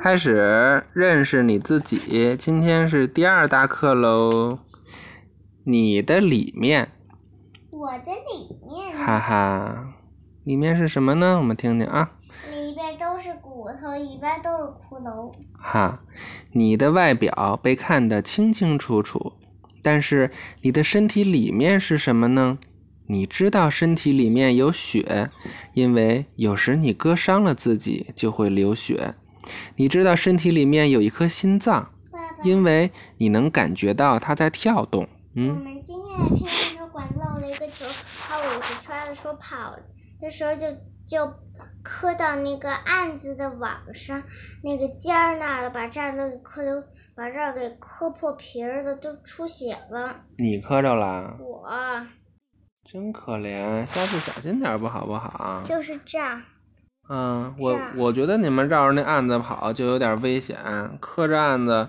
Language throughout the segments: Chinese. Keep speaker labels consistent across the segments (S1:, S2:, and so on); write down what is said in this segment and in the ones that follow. S1: 开始认识你自己。今天是第二大课喽，你的里面，
S2: 我的里面
S1: 哈哈，里面是什么呢？我们听听啊，
S2: 里边都是骨头，里边都是骷髅。
S1: 哈，你的外表被看得清清楚楚，但是你的身体里面是什么呢？你知道身体里面有血，因为有时你割伤了自己就会流血。你知道身体里面有一颗心脏，
S2: 爸爸，
S1: 因为你能感觉到它在跳动。
S2: 我
S1: 嗯，
S2: 们今天的乒乓球馆漏了一个球，把伍子川说跑，这时候就就磕到那个案子的网上那个尖儿那儿了，把这儿都给磕的，把这儿给磕破皮儿了，都出血了。
S1: 你磕着了，
S2: 我
S1: 真可怜，下次小心点儿不好不好？
S2: 就是这样，
S1: 嗯，
S2: 是
S1: 我
S2: 啊
S1: 我觉得你们绕着那案子跑就有点危险，磕着案子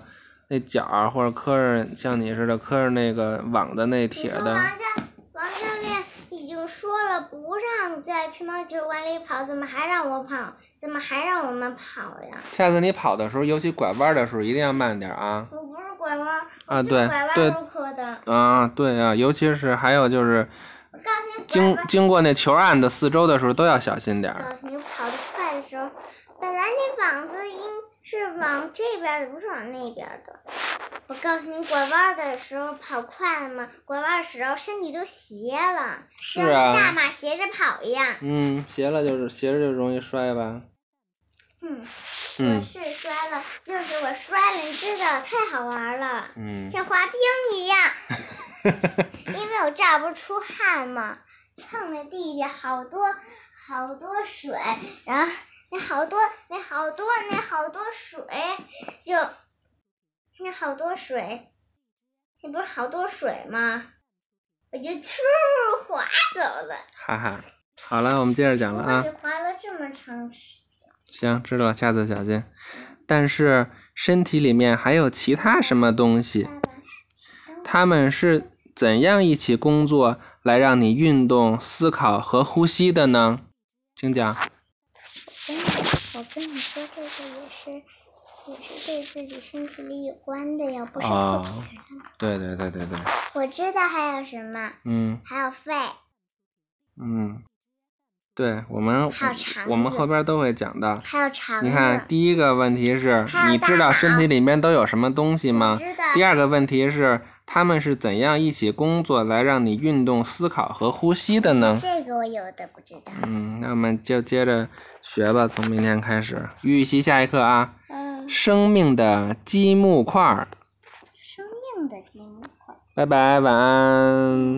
S1: 那角儿，或者磕着像你似的磕着那个网的那
S2: 你
S1: 铁
S2: 说啊
S1: 的
S2: 王，教王教练已经说了，不让在乒乓球馆里跑，怎么还让我跑？怎么还让我们跑呀？
S1: 下次你跑的时候，尤其拐弯的时候一定要慢点儿啊。
S2: 我不是拐弯儿，
S1: 啊
S2: 我就
S1: 对
S2: 拐弯
S1: 对
S2: 儿磕的。
S1: 啊，对啊，尤其是还有就是
S2: 我告诉你，拐
S1: 经
S2: 弯儿
S1: 经过那球案的四周的时候都要小心点儿。
S2: 告诉你，跑得快
S1: 啊
S2: 的时候，本来那网子应是往这边儿的，不是往那边儿的。我告诉你，拐弯儿的时候跑快了嘛，拐弯儿的时候身体都斜了，
S1: 是
S2: 就像大
S1: 啊，
S2: 马斜着跑一样。
S1: 嗯，斜了就是斜着就容易摔吧。
S2: 嗯，我
S1: 嗯
S2: 是摔了，就是我摔了，你知道，太好玩儿了，
S1: 嗯，
S2: 像滑冰 一样。因为我这儿不是出汗嘛，蹭在地下好多好多水，然后那好多那好多那好多水，就那好多水，那不是好多水吗？我就突滑走了，
S1: 哈哈。好了，我们接着讲
S2: 我
S1: 了
S2: 可
S1: 啊
S2: 是。滑了这么长时
S1: 行，知道了，下次小心。但是身体里面还有其他什么东西？
S2: 间了。
S1: 他们是怎样一起工作来让你运动、思考和呼吸的呢？请讲。
S2: 真的，我跟你说，这个也是，也是对自己身体里有关的呀，不是破
S1: 哦
S2: 皮儿的。
S1: 对对对对对，
S2: 我知道还有什么，
S1: 嗯
S2: 还有肺，
S1: 嗯，对我们
S2: 还有肠
S1: 我们
S2: 子
S1: 后边都会讲到。
S2: 还有肠子。
S1: 你看，第一个问题是
S2: 还有
S1: 你
S2: 大
S1: 知道
S2: 脑
S1: 身体里面都有什么东西
S2: 我
S1: 吗？
S2: 知道。
S1: 第二个问题是他们是怎样一起工作来让你运动、思考和呼吸的呢？
S2: 这个我有的不知道。
S1: 嗯，那我们就接着学吧，从明天开始预习下一课啊。
S2: 嗯，
S1: 生命的积木块儿，
S2: 生命的积木块。
S1: 拜拜，晚安。
S2: 哎啊